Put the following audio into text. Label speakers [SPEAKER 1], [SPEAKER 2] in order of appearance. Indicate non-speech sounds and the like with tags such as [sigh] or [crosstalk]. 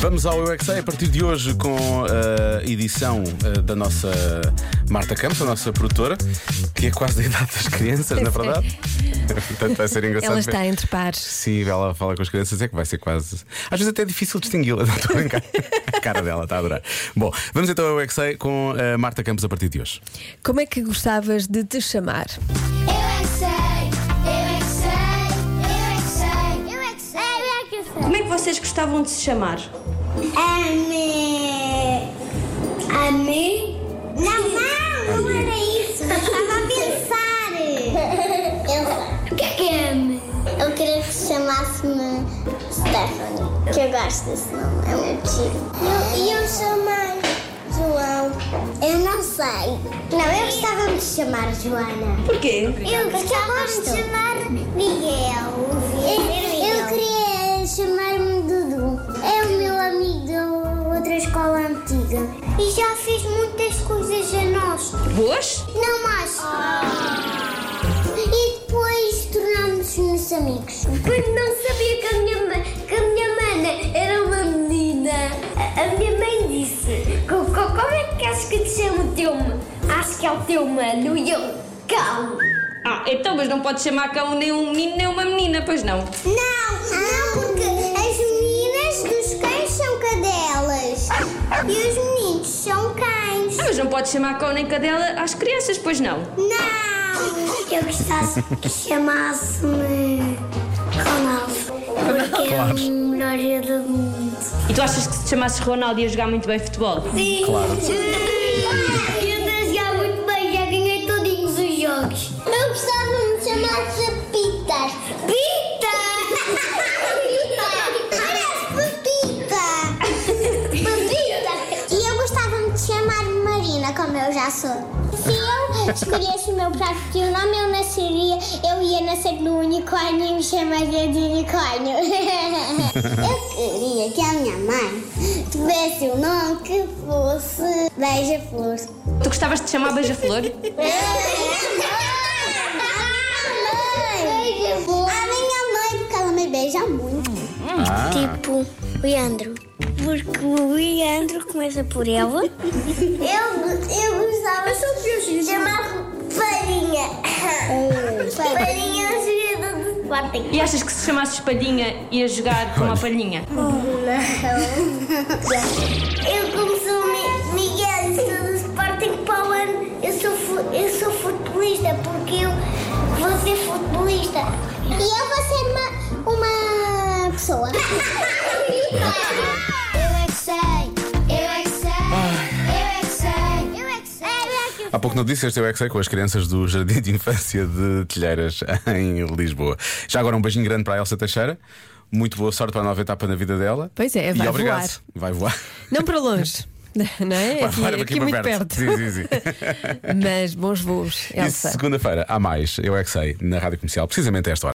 [SPEAKER 1] Vamos ao Eu é que Sei, a partir de hoje com a edição eh, da nossa Marta Campos, a nossa produtora, que é quase da idade das crianças, na verdade. [laughs] Portanto, vai ser engraçado. ver.
[SPEAKER 2] Ela está entre pares.
[SPEAKER 1] Sim, ela fala com as crianças, é que vai ser quase. Às vezes até é difícil distingui-la. [laughs] Não estou a brincar. A cara dela está a adorar. Bom, vamos então ao Eu é que Sei com a Marta Campos a partir de hoje.
[SPEAKER 2] Como é que gostavas de te chamar?
[SPEAKER 3] Eu é que sei, eu é que sei, eu é que sei, eu é que sei, eu é que sei, eu é que sei.
[SPEAKER 4] Como é que vocês gostavam de se chamar?
[SPEAKER 3] Amém. Amém? Não, não, não era isso. Eu estava a pensar. Eu... O que é que é amém? Eu queria que se chamasse-me Stephanie, que eu gosto desse nome, é muito giro. E eu, chamei João. Eu não sei. Não, eu gostava de chamar Joana.
[SPEAKER 4] Porquê?
[SPEAKER 3] Eu gostava de chamar Miguel. Eu, eu queria chamar-me Dudu. É o meu amigo da outra escola antiga. E já fiz muitas coisas a nós.
[SPEAKER 4] Boas?
[SPEAKER 3] Não mais. E depois tornámos-nos amigos. Porque não sabia que a minha mãe, que a minha mana era uma menina. A, a minha mãe disse: "Co- co- Como é que acho que te chama o um teu ma- Acho que é o teu mano e eu, cão.
[SPEAKER 4] Ah, então, mas não pode chamar cão nem um menino nem uma menina, pois não?
[SPEAKER 3] Não, não, porque as meninas dos cães são cadelas e os meninos são cães.
[SPEAKER 4] Ah, mas não pode chamar cão nem cadela às crianças, pois não?
[SPEAKER 3] Não! Eu gostasse que chamasse-me Ronaldo, porque é o melhor jogador do mundo.
[SPEAKER 4] E tu achas que se te chamasses Ronaldo ia jogar muito bem futebol?
[SPEAKER 3] Sim! Claro. Eu andei a jogar muito bem, já ganhei todos os jogos. Eu gostava de me chamar Pita. Pita! Pita! Parece Pepita! Pepita! E eu gostava de chamar Marina, como eu já sou. Se eu escolhesse o meu próprio nome, eu nasceria, eu ia nascer no unicórnio e me chamaria de unicórnio. [laughs] eu queria que a minha mãe tivesse um nome que fosse Beija-Flor.
[SPEAKER 4] Tu gostavas de te chamar Beija-Flor?
[SPEAKER 3] A minha mãe, porque ela me beija muito. Tipo, Leandro. Porque o Leandro começa por ela. Eu, eu gostava de chamar Farinha. Farinha é o de Sporting.
[SPEAKER 4] E achas que se chamasses Palhinha ia jogar com a Palhinha?
[SPEAKER 3] Eu, como sou Mi- Miguel e sou do Sporting para o ano, eu sou, fu- eu sou futebolista porque eu vou ser futebolista. E eu vou ser uma, uma pessoa. [laughs] eu é que sei, eu é que sei, eu é que sei, eu é
[SPEAKER 1] Há pouco não disse, este é o Exei com as crianças do Jardim de Infância de Telheiras, [laughs] em Lisboa. Já agora um beijinho grande para a Elsa Teixeira. Muito boa sorte para a nova etapa na vida dela.
[SPEAKER 2] Pois é,
[SPEAKER 1] e
[SPEAKER 2] vai
[SPEAKER 1] obrigado.
[SPEAKER 2] voar.
[SPEAKER 1] Vai voar.
[SPEAKER 2] Não para longe. [laughs] Não é?
[SPEAKER 1] vai
[SPEAKER 2] Aqui,
[SPEAKER 1] voar
[SPEAKER 2] aqui,
[SPEAKER 1] aqui para
[SPEAKER 2] muito perto.
[SPEAKER 1] Sim, sim, sim.
[SPEAKER 2] [laughs] Mas bons voos,
[SPEAKER 1] e
[SPEAKER 2] Elsa.
[SPEAKER 1] segunda-feira há mais, eu é que sei, na Rádio Comercial, precisamente a esta hora.